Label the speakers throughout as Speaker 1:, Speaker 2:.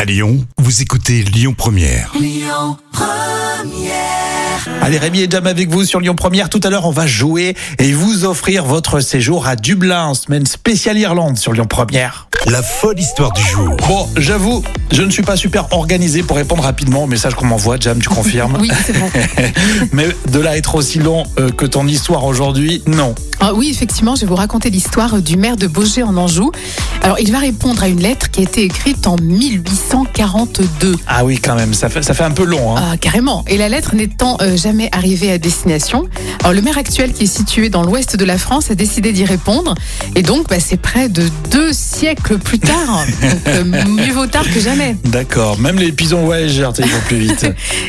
Speaker 1: À Lyon, vous écoutez Lyon Première.
Speaker 2: Allez, Rémi et Jam avec vous sur Lyon Première. Tout à l'heure, on va jouer et vous offrir votre séjour à Dublin en semaine spéciale Irlande sur Lyon Première.
Speaker 1: La folle histoire du jour.
Speaker 2: Bon, j'avoue, je ne suis pas super organisé pour répondre rapidement au message qu'on m'envoie. Jam, tu confirmes
Speaker 3: Oui, c'est vrai.
Speaker 2: Mais de là à être aussi long euh, que ton histoire aujourd'hui, non.
Speaker 3: Ah oui, effectivement, je vais vous raconter l'histoire du maire de Beaugé en Anjou. Alors, il va répondre à une lettre qui a été écrite en 1842.
Speaker 2: Ah oui, quand même, ça fait, ça fait un peu long. Hein.
Speaker 3: Ah, carrément. Et la lettre n'étant euh, jamais arrivée à destination, alors le maire actuel qui est situé dans l'ouest de la France a décidé d'y répondre. Et donc, bah, c'est près de deux siècles plus tard. Donc, euh, mieux vaut tard que jamais.
Speaker 2: D'accord, même les pigeons voyageurs, tu sais, ils vont plus vite.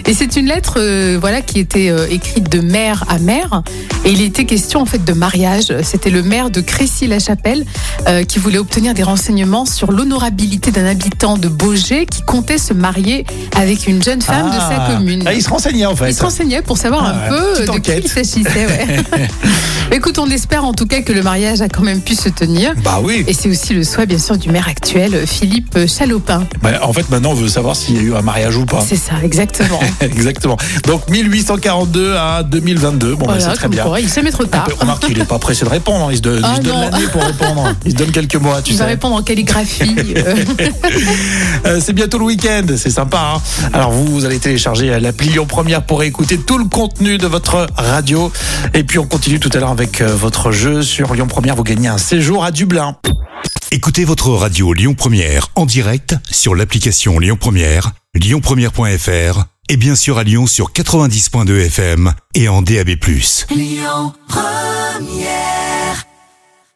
Speaker 3: Et c'est une lettre euh, voilà, qui était euh, écrite de mère à mère. Et il était question en fait de mariage. C'était le maire de Crécy-la-Chapelle euh, qui voulait obtenir des renseignements sur l'honorabilité d'un habitant de Beaugé qui comptait se marier avec une jeune femme de
Speaker 2: Ah.
Speaker 3: sa commune.
Speaker 2: Ah, ils se renseignaient en fait.
Speaker 3: Il se renseignait pour savoir
Speaker 2: Ah ouais,
Speaker 3: un peu
Speaker 2: petite
Speaker 3: de
Speaker 2: enquête.
Speaker 3: qui il s'agissait. ouais. Écoute, on espère en tout cas que le mariage a quand même pu se tenir.
Speaker 2: Bah oui.
Speaker 3: Et c'est aussi le souhait, bien sûr, du maire actuel, Philippe Chalopin.
Speaker 2: Bah, en fait, maintenant, on veut savoir s'il y a eu un mariage ou pas.
Speaker 3: C'est ça, exactement.
Speaker 2: Exactement. Donc 1842 à 2022. Bon, bah,
Speaker 3: voilà,
Speaker 2: c'est très
Speaker 3: comme
Speaker 2: bien.
Speaker 3: quoi, il s'est mis trop tard.
Speaker 2: Après, remarque qu'il n'est pas pressé de répondre. hein. Il se, donne- il
Speaker 3: Ah
Speaker 2: se donne
Speaker 3: non.
Speaker 2: l'année pour répondre. Il se donne quelques mois, tu
Speaker 3: Il va
Speaker 2: sais.
Speaker 3: répondre en calligraphie. euh,
Speaker 2: Euh, c'est bientôt le week-end. C'est sympa. hein. Alors vous, vous allez télécharger euh, l'appli Lyon Première pour écouter tout le contenu de votre radio. Et puis on continue tout à l'heure avec euh, votre jeu sur Lyon Première. Vous gagnez un séjour à Dublin.
Speaker 1: Écoutez votre radio Lyon Première en direct sur l'application Lyon Première, lyonpremière.fr et bien sûr à Lyon sur 90.2 FM et en DAB+.